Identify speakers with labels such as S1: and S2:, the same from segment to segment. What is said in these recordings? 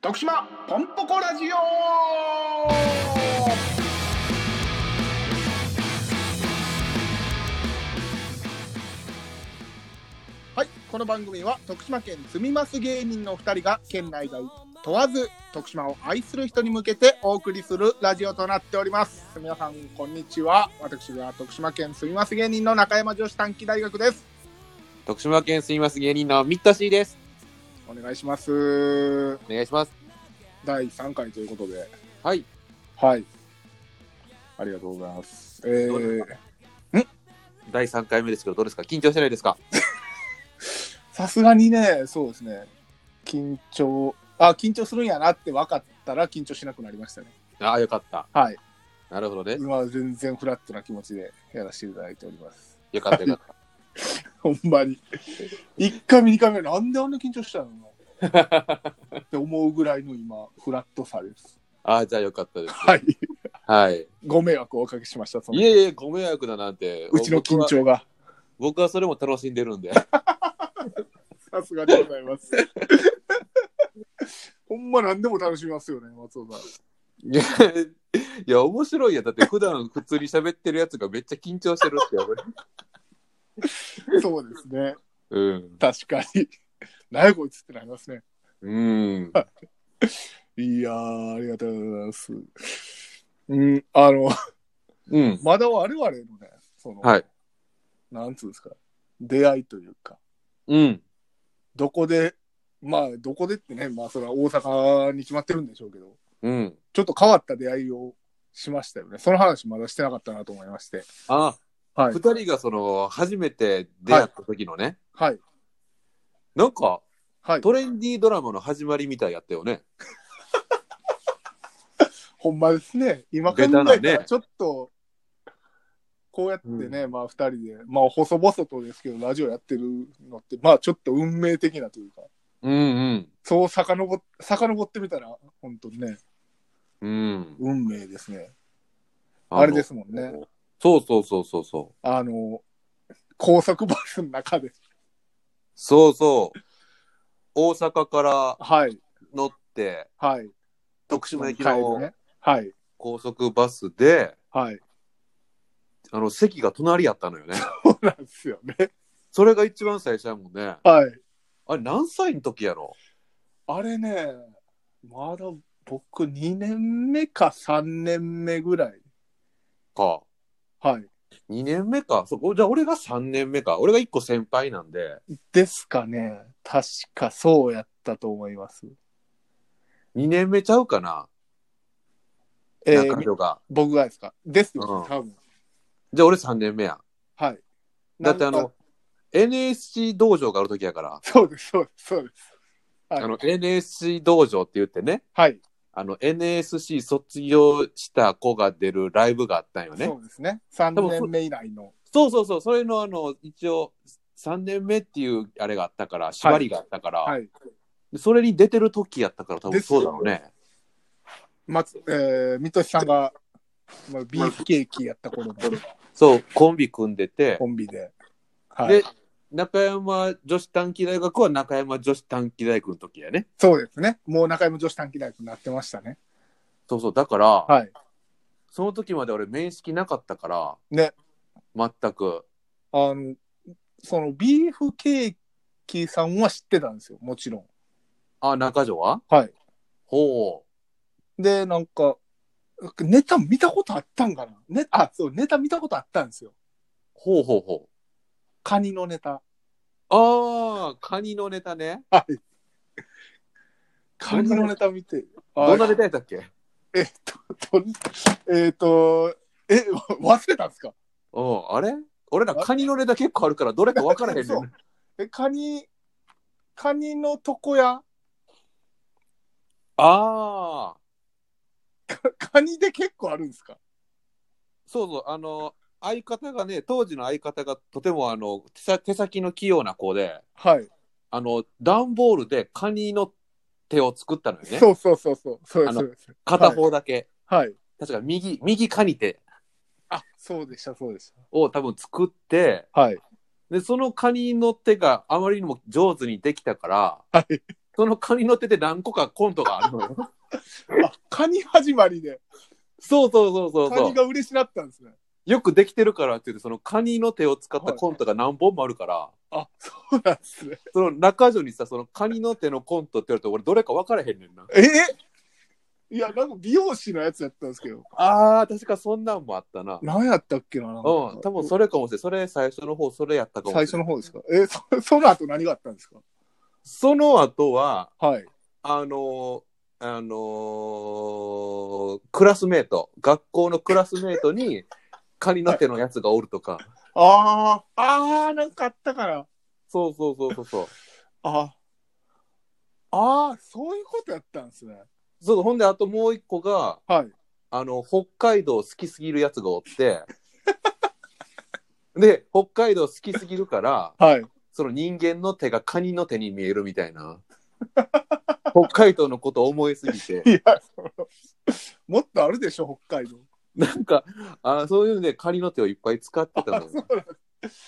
S1: 徳島ポンポコラジオはいこの番組は徳島県住みます芸人のお二人が県内外問わず徳島を愛する人に向けてお送りするラジオとなっております皆さんこんにちは私は徳島県住みます芸人の中山女子短期大学です
S2: 徳島県住みます芸人のミッタシーです。
S1: お願いします
S2: お願いします。
S1: 第3回ということで
S2: はい。
S1: はい。ありがとうございます。え
S2: どうです
S1: ー、
S2: 第3回目ですけど、どうですか緊張してないですか
S1: さすがにね、そうですね。緊張、あ、緊張するんやなって分かったら緊張しなくなりましたね。
S2: ああ、よかった。
S1: はい。
S2: なるほどね。
S1: 今は全然フラットな気持ちでやらせていただいております。
S2: よかったよかっ
S1: ほんまに。1回目、2回目、なんであんな緊張 したのって思うぐらいの今、フラットさです。
S2: た。ああ、じゃあよかったです。
S1: はい。
S2: はい。
S1: ご迷惑をおかけしました、その
S2: いえいえ、ご迷惑だなんて。
S1: うちの緊
S2: 僕は。
S1: 張が。
S2: 僕はそれも楽しんでる んで。
S1: さすがでございます。 ほんま何でも楽しみますよね、松尾さん。
S2: いやいや、面白いやん。だって普段普通に喋ってるやつがめっちゃ緊張してるってやばい。
S1: そうですね。
S2: うん。
S1: 確かに。何やこいつってなりますね。
S2: うん。
S1: いやー、ありがとうございます。うん、あの、
S2: うん。
S1: まだ我々のね、その、
S2: はい。
S1: なんつうんですか、出会いというか、
S2: うん。
S1: どこで、まあ、どこでってね、まあ、それは大阪に決まってるんでしょうけど、
S2: うん。
S1: ちょっと変わった出会いをしましたよね。その話まだしてなかったなと思いまして。
S2: あ、
S1: は
S2: 二
S1: い。
S2: 人がその、初めて出会った時のね、
S1: はい。
S2: なんか、
S1: はい。
S2: トレンディードラマの始まりみたいやったよね。
S1: ほんまですね。今考えた
S2: ベタな
S1: ら
S2: ね
S1: ちょっと、こうやってね、まあ二人で、まあ細々とですけど、ラジオやってるのって、まあちょっと運命的なというか、
S2: うん
S1: そう遡っ遡ってみたら、本当にね、
S2: うん。うん。
S1: 運命ですね。あれですもんね。。
S2: そうそうそうそうそう。
S1: あの、高速バスの中で、
S2: そうそう。大阪から
S1: はい、
S2: 乗って、
S1: はい。
S2: 徳島行き
S1: 帰る
S2: の
S1: ね。はい、
S2: 高速バスで、
S1: はい。
S2: あの、席が隣やったのよね。
S1: そうなんですよね。
S2: それが一番最初やもんね。
S1: はい。
S2: あれ、何歳の時やろ
S1: あれね、まだ僕2年目か3年目ぐらい。
S2: か。
S1: はい。
S2: 2年目か。そこ、じゃあ俺が3年目か。俺が1個先輩なんで、
S1: ですかね。確かそうやったと思います。
S2: 2年目ちゃうかな、
S1: えー
S2: 中条が。
S1: 僕がですかですよ、
S2: うん
S1: 多分。
S2: じゃあ俺3年目や。
S1: はい。
S2: だってあ
S1: なん
S2: の
S1: か、、
S2: NSC 道場がある時やから、
S1: そうです、そうです、そうです。はい
S2: あの、NSC 道場って言ってね、
S1: はい。
S2: あの、NSC 卒業した子が出るライブがあったんよね
S1: そ。うですね。3
S2: 分
S1: 年目以来の。
S2: そうそうそう、それのあの、一応、3年目っていうあれがあったから、縛りがあったから、
S1: はい。
S2: それに出てる時やったから、多分
S1: ですよ
S2: そ
S1: ね
S2: うだろうね。
S1: 松、えー、三俊さんが、まあ、ビーフケーキやった頃の
S2: そう、コンビ組んでて
S1: コ、ンビで。はい
S2: で。、中山女子短期大学は中山女子短期大学の時やね。
S1: そうですね。もう中山女子短期大学になってましたね。
S2: そうそう、だから、
S1: はい。
S2: その時まで俺、面識なかったから、
S1: ね。
S2: 全く。
S1: あの、そのビーフケーキさんは知ってたんですよ、もちろん。
S2: あ、中条は
S1: はい。
S2: ほ
S1: で、なんか、ネタ見たことあったんかなね、あ、そう、ネタ見たことあったんですよ。
S2: う、ほうほうほう。
S1: カニのネタ。
S2: ああ、カニのネタね。
S1: はい。カニのネタ見て。
S2: どんな
S1: あ
S2: ネタやったっけ
S1: えっと、どん えっと、え、わ忘れたんですか
S2: うん、あれ俺ら
S1: あれ
S2: カニのネタ結構あるからどれか分からへんね。
S1: そうんえ、カニ、カニの床屋
S2: ああ、
S1: カニで結構あるんですか
S2: そうそう、あの、相方がね、当時の相方がとてもあの手さ手先の器用な子で、
S1: はい。
S2: あの、段ボールでカニの手を作ったのよね。
S1: そうそうそうそう。そうで
S2: あ
S1: す、
S2: の
S1: そうです。
S2: 片方だけ。
S1: はい。
S2: 確か右、右カニ手
S1: あ、そうでした、そうでし
S2: を多分作って、
S1: た。はい。
S2: で、そのカニの手があまりにも上手にできたから、
S1: はい
S2: その蚊に乗ってて何個かコントがあるの よ。
S1: あ、カニ始まりで、
S2: そうそうそうそう
S1: カ
S2: そ
S1: ニ
S2: う。
S1: が嬉しなったんですね。
S2: よくできてるからって言って、そのカニの手を使ったコントが何本もあるから、
S1: あ、そうなんですね。
S2: その中条にさ、そのカニの手のコントって言われて、俺どれか分からへんねんな。
S1: えいや、なんか美容師のやつやったんですけど、
S2: ああ、確かそんなんもあったな。うん、
S1: 何やったっけななんか
S2: 多分それかもしれん。それ最初の方、それやったかもしれ
S1: 最
S2: ん。
S1: 初の方ですかえそ、 その後何があったんですか
S2: その後は、
S1: はい。
S2: あのーあのークラスメート、学校のクラスメートに、カニの手のやつがおるとか、
S1: ああ、ああ、なんかあったから。
S2: そうそうそうそうそう。
S1: ああー、そういうことやったんですね。
S2: そうほんで、あともう一個が、
S1: はい。
S2: あの、北海道好きすぎるやつがおって、 で、北海道好きすぎるから、
S1: はい。
S2: その人間の手がカニの手に見えるみたいな。北海道のことを思いすぎて、
S1: いや、 そのもっとあるでしょ、北海道。
S2: なんか、あそういうのでカニの手をいっぱい使ってたのよ。そうそう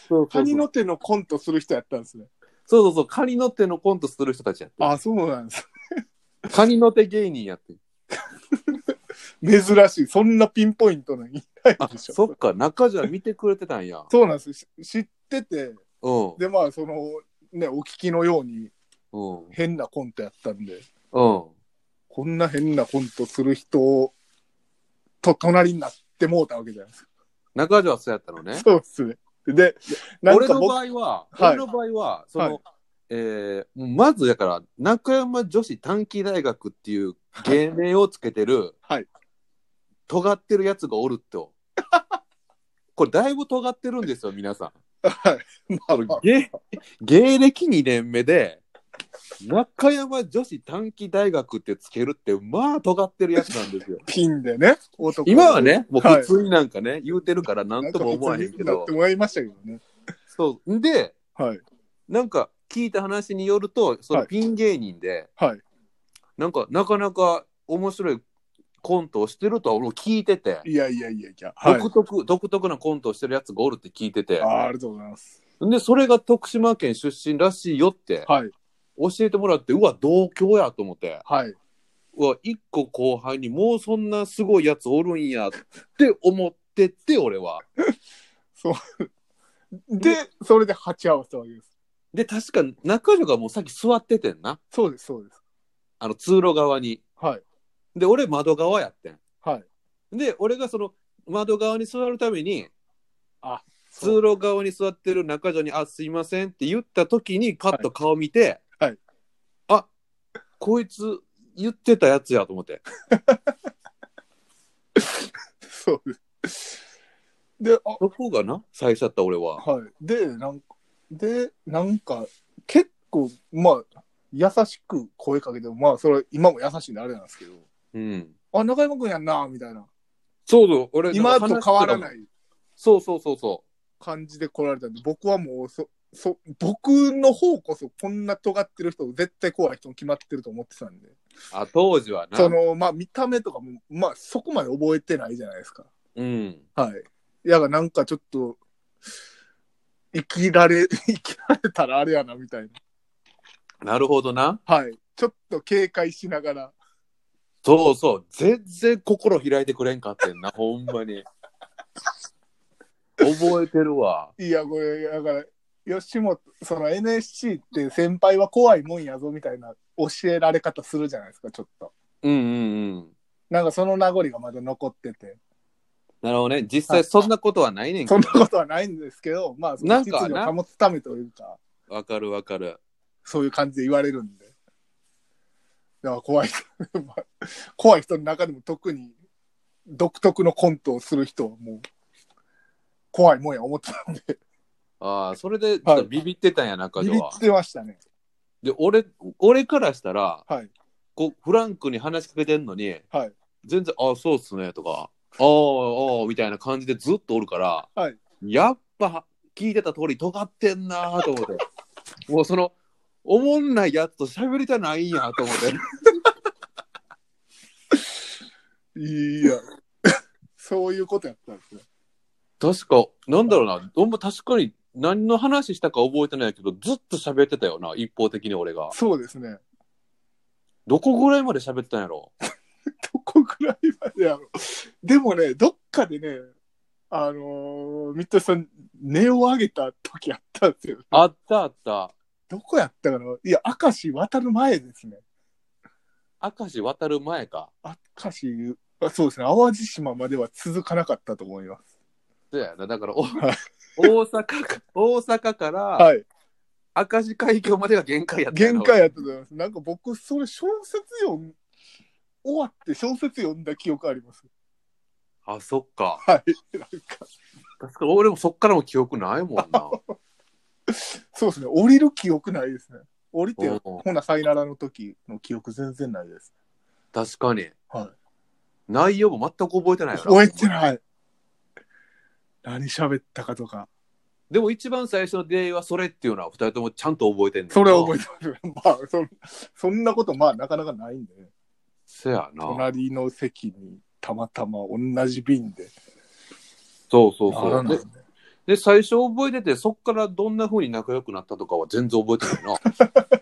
S2: そう
S1: カニの手のコントする人やったんですね。
S2: そうそうそう、カニの手のコントする人たちやって。
S1: あ そうなんです。
S2: カニの手芸人やって。
S1: 珍しい。そんなピンポイントのいない
S2: あ、
S1: でしょ。
S2: そっか、中じゃ見てくれてたんや。
S1: そうなんですし。知ってて、
S2: うん。
S1: で、まあ、その、ね、お聞きのように
S2: うん。
S1: 変なコントやったんで、
S2: うん。
S1: こんな変なコントする人と隣になってもうたわけじゃないですか。
S2: 中条はそうやったのね。
S1: そうっすね。で、なん
S2: 俺
S1: か
S2: の
S1: 僕、
S2: 場合は、
S1: はい
S2: 俺の場合は、その、
S1: はい
S2: えーまずだから、中山女子短期大学っていう芸名をつけてる、
S1: はい
S2: 尖ってる やつがおると。これだいぶ尖ってるんですよ、皆さん。
S1: はい。
S2: そ
S1: ま
S2: の
S1: あ
S2: 芸芸歴2年目で、中山女子短期大学ってつけるって、まあ尖ってるやつなんです よ。
S1: ピンでね、男
S2: 今は、ね、もう普通になんかね、言うてるからなんとも思わへんけ
S1: な
S2: ど
S1: って。もらいましたけどね。
S2: そう。んで、
S1: はい。
S2: なんか聞いた話によると、その
S1: はい
S2: ピン芸人で、
S1: はい。
S2: なんかなかなか面白いコントをしてるとは俺も聞いてて、
S1: いやいやいやいや。はい。
S2: 独特、独特なコントをしてるやつがおるって聞いてて
S1: あ、ーありがとうございます。
S2: で、それが徳島県出身らしいよって
S1: はい。
S2: 教えてもらって、うわ、同郷やと思って、
S1: はい。
S2: うわ、一個後輩にもうそんなすごいやつおるんやって思ってて、俺は。
S1: で、それで鉢合わせたわけです。
S2: で、確か中条がもうさっき座っててんな、
S1: そうです、そうです。
S2: あの通路側に。
S1: はい。
S2: で、俺窓側やってん。
S1: はい。
S2: で、俺がその窓側に座るために、
S1: あ
S2: 通路側に座ってる中条に、あ、すいませんって言った時に、パッと顔見て、
S1: はいはい
S2: あ、こいつ言ってたやつやと思って。
S1: そうです。で、あ、
S2: そこがな、最初だった俺は。
S1: はい。で、なんか、で、なんか、結構、まあ、優しく声かけても、まあ、それ、今も優しいんであれなんですけど、
S2: うん。
S1: あ、中山君やんな、みたいな。
S2: そうそう、俺。
S1: 今と変わらないい
S2: そうそうそうそ
S1: 感じで来られたんで、僕はもう、そ、そ、僕の方こそ、こんな尖ってる人、絶対怖い人も決まってると思ってたんで、
S2: う。あ、当時はな。
S1: その、まあ、見た目とかも、まあ、そこまで覚えてないじゃないですか。
S2: うん。
S1: はい。いや、なんかちょっと、生きられ、 生きられたらあれやな、みたいな。
S2: なるほどな。
S1: はい。ちょっと警戒しながら。
S2: そうそう、全然心開いてくれんかってんな、ほんま に。覚えてるわ。
S1: いや、これ、だから、吉本、その NSC って先輩は怖いもんやぞ、みたいな教えられ方するじゃないですか、ちょっと。
S2: うんうんうん。
S1: なんかその名残がまだ残ってて。
S2: なるほどね。実
S1: は
S2: 際
S1: い
S2: そんなことはないねんけ
S1: そ
S2: ど
S1: んなことはないんですけど、まあ、そ
S2: な
S1: の
S2: ん
S1: 秩
S2: か
S1: 序を保つためというか、
S2: わかるわかる。
S1: そういう感じで言われるんで。だから怖い人、 まあ怖い人の中でも特に独特のコントをする人はもう、怖いもんや思ってたんで、
S2: ああ、それでちょっとビビってたんや、中
S1: ビ
S2: 条
S1: ビ
S2: は
S1: っ。てましたね。
S2: で、俺、俺からしたら、
S1: はい。
S2: こう、フランクに話しかけてんのに、
S1: はい
S2: 全然、ああ、そうっすね、とか、ああ、ああ、みたいな感じでずっとおるから、
S1: はい
S2: やっぱ、聞いてた通り、尖ってんなーと思って。もうその、おもんないやつと喋りたないんやと思って。
S1: いや、そういうことやったんですね。
S2: 確か、なんだろうな、ほんま確かに何の話したか覚えてないけど、ずっと喋ってたよな、一方的に俺が。
S1: そうですね。
S2: どこぐらいまで喋ったんやろ
S1: どこぐらいまでやろう。でもね、どっかでね、あのー、ミッドさん、音を上げた時あったんですよ。
S2: あったあった。
S1: どこやったかないや、明石渡る前ですね。
S2: 明石渡る前か。
S1: 明石、あそうですね、淡路島までは続かなかったと思います。
S2: そうやな。だから、お
S1: は
S2: 大阪か、大阪か
S1: は
S2: ら、
S1: い。
S2: 明石海峡までが限界やったやろ
S1: 限界やったと思います。なんか僕、それ小説読ん、終わって小説読んだ記憶あります。
S2: あ、そっか。
S1: はい。なんか、
S2: 確かに俺もそっからも記憶ないもんな。
S1: そうですね、降りる記憶 ないですね。降りて
S2: うん、
S1: ほな、さいならの時の記憶全然ないです。
S2: 確かに。
S1: はい
S2: 内容も全く覚えてないよな
S1: 覚えてない。何喋ったかとか。
S2: でも一番最初の出会いはそれっていうのは二人ともちゃんと覚えてんねんな
S1: それは覚えてます。ま あそん、そんなこと、まあ、なかなかないんで、ね、
S2: せやな。
S1: 隣の席にたまたま同じ便で。
S2: そうそう
S1: な
S2: そ
S1: ら
S2: う。
S1: ない
S2: で
S1: んで
S2: で、最初覚えてて、そっからどんな風に仲良くなったとかは全然覚えてないな。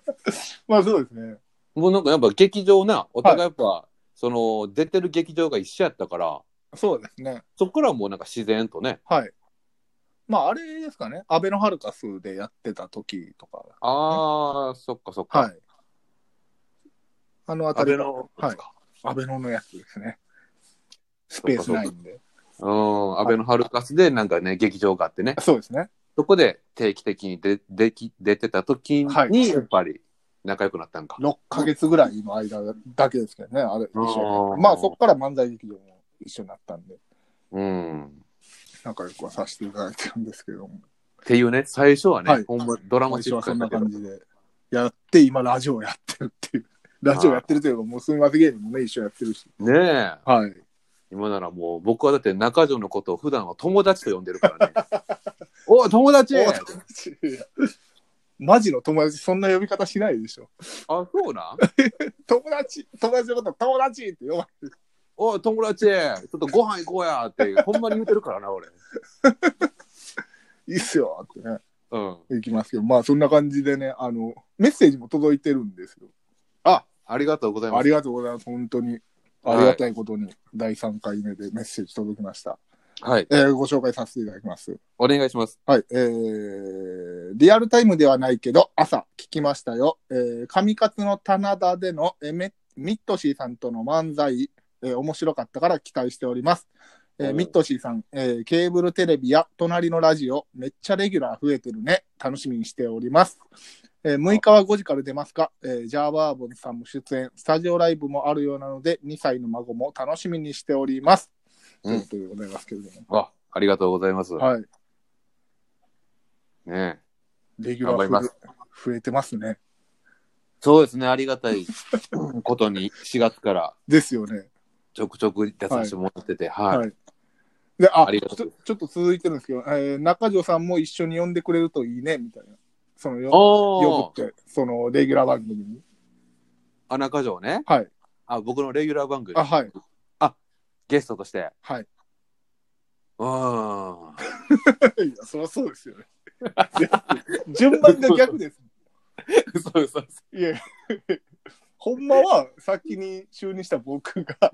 S1: まあ、そうですね。
S2: もうなんかやっぱ劇場な、お互いやっぱ、その出てる劇場が一緒やったから、
S1: そうですね。
S2: そこからもうなんか自然とね。
S1: はい。まあ、あれですかね。アベノハルカスでやってた時とか。
S2: あー、そっかそっか。
S1: はい。あのあた
S2: 安
S1: り
S2: 倍
S1: が
S2: の、
S1: はいアベノのやつですね。スペースないんで。
S2: うん、安倍のハルカスでなんかね、劇場があってね。
S1: そうですね。
S2: そこで定期的に出出き出てた時
S1: はい
S2: に、やっぱり仲良くなったんか。
S1: 6ヶ月ぐらいの間だけですけどね、あれ、一緒
S2: あー
S1: にまあ、そこから漫才劇場も一緒になったんで、
S2: うん。
S1: 仲良くはさせていただいてるんですけども。
S2: っていうね、最初はね、
S1: はい
S2: ほんまドラマチ
S1: 私
S2: ッ
S1: は
S2: ク
S1: そ
S2: や
S1: ん
S2: った
S1: な
S2: けど
S1: 感じで、やって、今、ラジオやってるっていう。ラジオやってるというか、もうすみません芸人もね、一緒やってるし。
S2: ねえ、
S1: はい。
S2: 今ならもう僕はだって中条のことを普段は友達と呼んでるからね。 お友達
S1: お
S2: あ、
S1: 友達いやマジの友達、そんな呼び方しないでしょ。
S2: そうなん
S1: 友達、友達のこと、友達って呼ば
S2: お友達ちょっとご飯行こうやって、ほんまに言ってるからな、俺。
S1: いいっすよってね、
S2: うん。
S1: 行きますけど、まあ、そんな感じでね、あの、メッセージも届いてるんですよ。
S2: あ、ありがとうございま
S1: あ
S2: す。
S1: りがとうございます、本当に。
S2: はい
S1: ありがたいことに、第3回目でメッセージ届きました。
S2: はい、
S1: えーご紹介させていただきます。
S2: お願いします。
S1: はい、えー、リアルタイムではないけど、朝聞きましたよ。えー、上勝の棚田でのえーメミッドシーさんとの漫才、えー面白かったから期待しております。えー
S2: うん
S1: ミッドシーさん、えーケーブルテレビや隣のラジオ、めっちゃレギュラー増えてるね。楽しみにしております。えー6日は5時から出ますか、えージャーバーボンさんも出演、スタジオライブもあるようなので、2歳の孫も楽しみにしております。
S2: うん
S1: ということでございますけれども。
S2: あ、ありがとうございます。
S1: はい。
S2: ねえ
S1: レギュラー
S2: 頑張り
S1: 増え増えてますね。
S2: そうですね、ありがたい ことに4月から
S1: ですよね。
S2: ちょくちょく出させてもらってて、はい。
S1: はい。で、あ
S2: ありがとう
S1: ちょ、ちょっと続いてるんですけど、えー中条さんも一緒に呼んでくれるといいね、みたいな。その、よ呼
S2: おー
S1: ぶって、その、レギュラー番組に。
S2: あ、中条ね。
S1: はい。
S2: あ、僕のレギュラー番組
S1: あ、。はい。
S2: ゲストとして。
S1: はい。いう
S2: ーん。
S1: や、そりゃそうですよね。 順番が逆です。
S2: そうそうそ
S1: いや、ほんまは先に就任した僕 が、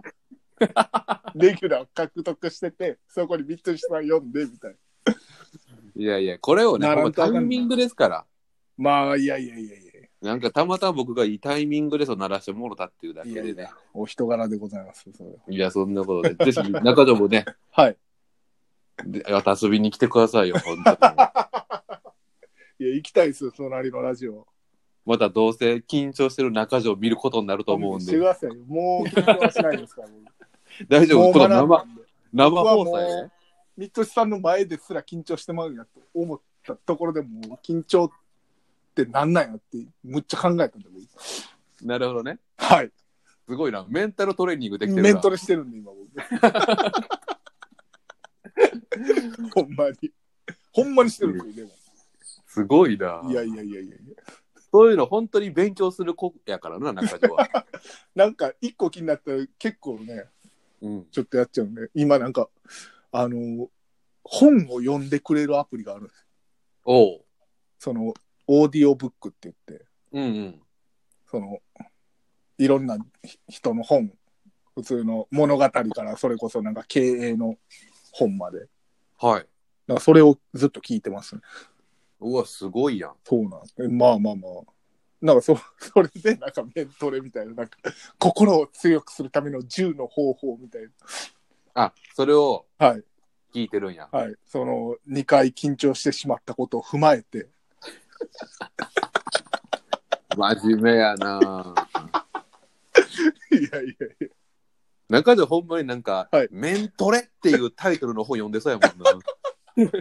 S1: レギュラー獲得してて、そこにビットシさん呼んで、みたいな。
S2: う。いやいや、これをね、
S1: なら
S2: ほん
S1: ん
S2: ま
S1: と
S2: タ
S1: あ
S2: イ
S1: かんな
S2: ミングですから。
S1: まあ、いやいやいやいや。
S2: なんかたまたま僕がいいタイミングでそう鳴らしてもろたっていうだけでね。い
S1: いやいやお人柄でございます、それは。
S2: や、そんなことで。ぜひ、中条もね、
S1: はい。
S2: でまた遊びに来てくださいよ、本当に。
S1: いや、行きたいですよ、隣のラジオ。
S2: またどうせ緊張してる中条を見ることになると思うん
S1: してく
S2: で。
S1: ださいよもう緊張はしないですから、もう
S2: 大丈
S1: も
S2: 夫
S1: う
S2: この
S1: 学んだ
S2: 生、
S1: んで。
S2: 生
S1: 僕は
S2: 放
S1: も
S2: 送や
S1: う
S2: ね。、
S1: ミッドシさんの前ですら緊張してまうやと思ったところでもう、緊張ってなんなんやって、むっちゃ考えたんで、僕
S2: なるほどね。
S1: はい。
S2: すごいな。メンタルトレーニングできて
S1: メ
S2: る
S1: ン
S2: な
S1: ト。レしてるんで、今僕。 ほんまに。ほんまにしてるんですよ、
S2: すごいな
S1: で。も。いやいやいやいや
S2: そういうの本当に勉強する子やからな、中条は。
S1: なんか、一個気になったら結構ね、
S2: うん。
S1: ちょっとやっちゃうんで、今なんか、あの、本を読んでくれるアプリがあるんです。
S2: おう。
S1: その、オーディオブックって言って、
S2: うんうん。
S1: その、いろんな人の本、普通の物語からそれこそなんか経営の本まで、だ
S2: はい。
S1: からそれをずっと聞いてますね。
S2: うわ、すごいやん。
S1: そうなんです。まあまあまあ。なんかそ、 それでなんかメントレみたいな、なんか心を強くするための10の方法みたい
S2: あ、それを
S1: な。はい。
S2: 聞いてるんや。
S1: はい。その、2回緊張してしまったことを踏まえて、
S2: 真面目やな
S1: いやいやいや、
S2: 中でほんまになんか、
S1: はい
S2: メントレっていうタイトルの本読んでそうやもんな。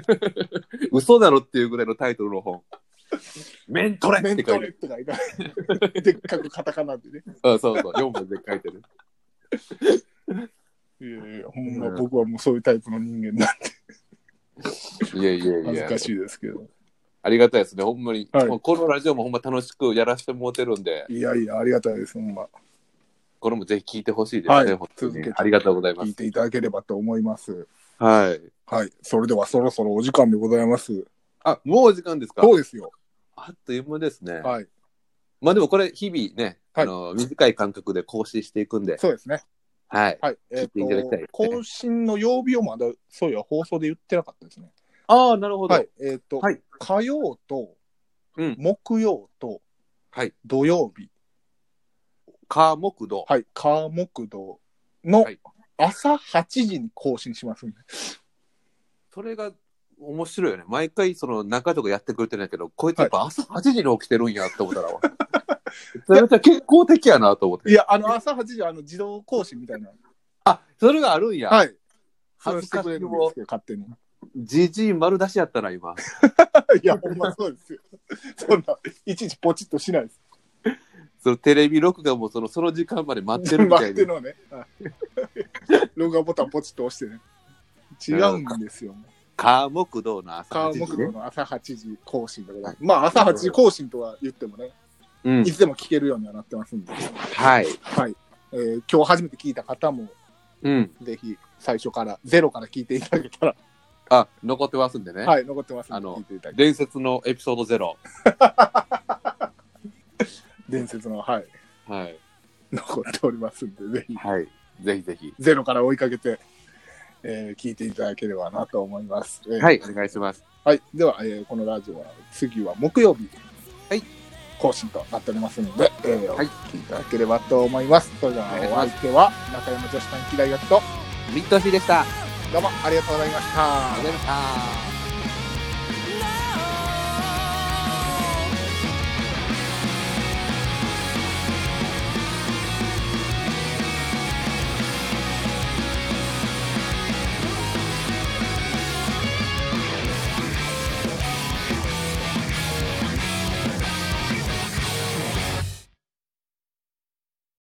S2: 嘘だろっていうぐらいのタイトルの本。メントレ
S1: メ
S2: っ
S1: ン
S2: て書
S1: ト
S2: い
S1: レ
S2: て
S1: っ
S2: る。
S1: て書いてある でっかくカタカナでね。
S2: うん、そうそう、4文字で書いてる。
S1: いやいや、ほんま僕はもうそういうタイプの人間なんで
S2: いやいやいや。
S1: 恥ずかしいですけど。
S2: ありがたいですね、ほんまに。
S1: はい
S2: もうこのラジオもほんま楽しくやらせてもらってるんで、
S1: いやいや、ありがたいです、ほんま。
S2: これもぜひ聞いてほしいですね、
S1: はい
S2: 本当に
S1: 続けて
S2: ありがとうございま
S1: 聞い
S2: す。
S1: ていただければと思います。
S2: はい。
S1: はい。それではそろそろお時間でございます。
S2: あ、もうお時間ですか
S1: そうですよ。
S2: あっという間ですね。
S1: はい。
S2: まあでもこれ、日々ね、
S1: はい
S2: あの、短い間隔で更新していくんで、
S1: そうですね。
S2: はい。
S1: はい。えっ、
S2: 聞いていただきたいです
S1: と、
S2: ね
S1: 更新の曜日をまだ、そういや、放送で言ってなかったですね。
S2: ああ、なるほど。
S1: はい。えっ、と、
S2: はい
S1: 火曜と、
S2: うん
S1: 木曜と、
S2: はい
S1: 土曜日、
S2: 科目度。
S1: はい。火木土の
S2: はい
S1: 朝8時に更新しますんで。
S2: それが面白いよね。毎回、その中とかやってくれてるんやけど、こいつやっぱ朝8時に起きてるんやって 思ったら、それめっちゃ健康的やなと思って。
S1: いや、あの、朝8時、あの、自動更新みたいな。
S2: あ、それがあるんや。
S1: はい。それ
S2: 恥ず
S1: して
S2: か
S1: くれ
S2: し
S1: る
S2: く
S1: んで
S2: も
S1: す、けど、勝手に。
S2: じじい丸出しやったな、今。
S1: いや、ほんまそうですよ。そんな、いちいちポチッとしないです。
S2: そのテレビ録画もそのその時間まで待ってるみた
S1: 待っ
S2: い
S1: て
S2: に。
S1: のね。はい録画ボタンポチッと押してね。違うんですよ。
S2: 科目堂の朝
S1: 川
S2: 8時、ね。
S1: 木道の朝8時更新でございます。まあ、朝8時更新とは言ってもね、
S2: うん
S1: い。つでも聞けるようにはなってますんで、
S2: はい。
S1: はい。えー今日初めて聞いた方も、
S2: うん。
S1: ぜひ、最初から、ゼロから聞いていただけたら、
S2: あ、残ってますんでね。
S1: はい、残ってますん
S2: あ
S1: で、
S2: の
S1: 聞いていただけ
S2: 伝説のエピソードゼロ。
S1: 伝説の、はい、
S2: はい。
S1: 残っておりますんで、ぜひ、
S2: はい。ぜひぜひ。
S1: ゼロから追いかけて、えー聞いていただければなと思います。えー
S2: はい。お願いします。
S1: はい。では、えーこのラジオは次は木曜日、
S2: はい
S1: 更新となっておりますので、えー
S2: はい
S1: お聞きいただければと思います。それでは
S2: お願いし
S1: お
S2: ま
S1: 相
S2: す
S1: 手は中山女子短期大学と、
S2: ミッドシーでした。
S1: どうもありがとうございました。
S2: ありがとうございました。